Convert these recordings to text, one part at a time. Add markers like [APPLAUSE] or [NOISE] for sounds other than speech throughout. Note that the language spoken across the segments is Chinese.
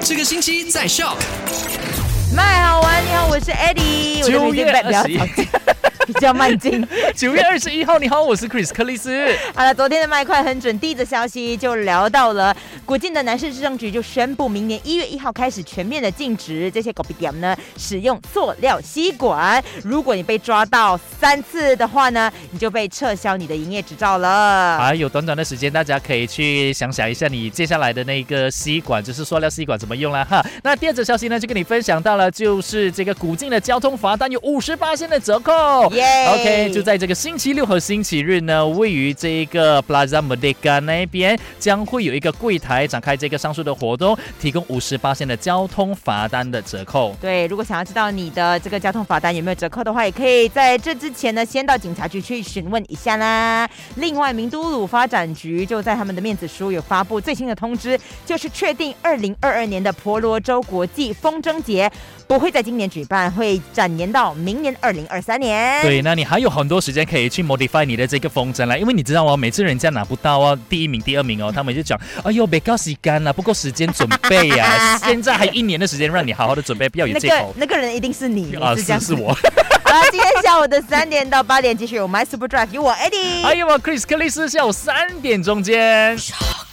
这个星期在 Shock 麦好玩，你好，我是 Eddie，我的9名字月比较21早 [LAUGHS] 比较慢进。 [LAUGHS] 九月二十一号，你好，我是 Chris 克里斯。好了，昨天的麦快很准，第一则消息就聊到了国境的南市市政局就宣布，明年一月一号开始全面的禁止这些狗屁点呢使用塑料吸管。如果你被抓到三次的话呢，你就被撤销你的营业执照了。啊，有短短的时间，大家可以去想想一下你接下来的那个吸管，就是塑料吸管怎么用啦哈。那第二则消息呢，就跟你分享到了，就是这个古晋的交通罚单有五十八线的折扣。耶 OK，就在这个星期六和星期日呢，位于这一个 Plaza Medica 那一边将会有一个柜台展开这个上述的活动，提供五十八线的交通罚单的折扣。对，如果想要知道你的这个交通罚单有没有折扣的话，也可以在这之前呢，先到警察局去询问一下啦。另外，明都鲁发展局就在他们的面子书有发布最新的通知，就是确定二零二二年的婆罗洲国际风筝节不会在今年举办，会展延到明年二零二三年。对，那你还有很多时间可以去 modify 你的这个风筝啦，因为你知道哦，每次人家拿不到哦，第一名、第二名嗯哦，他们就讲，哎呦，别告时间了，不够时间准备呀、 [LAUGHS] 现在还一年的时间让你好好的准备，不要有那借个口。那个人一定是你，啊，是这样是子是。 [LAUGHS] 我，好啦，今天下午的三点到八点，继续有 My Super Drive，有我 Eddie。还有我哎 Chris 克里斯下午三点中间。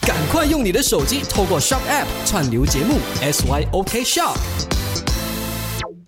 赶快用你的手机透过 Shock App 串流节目 SYOK Shock。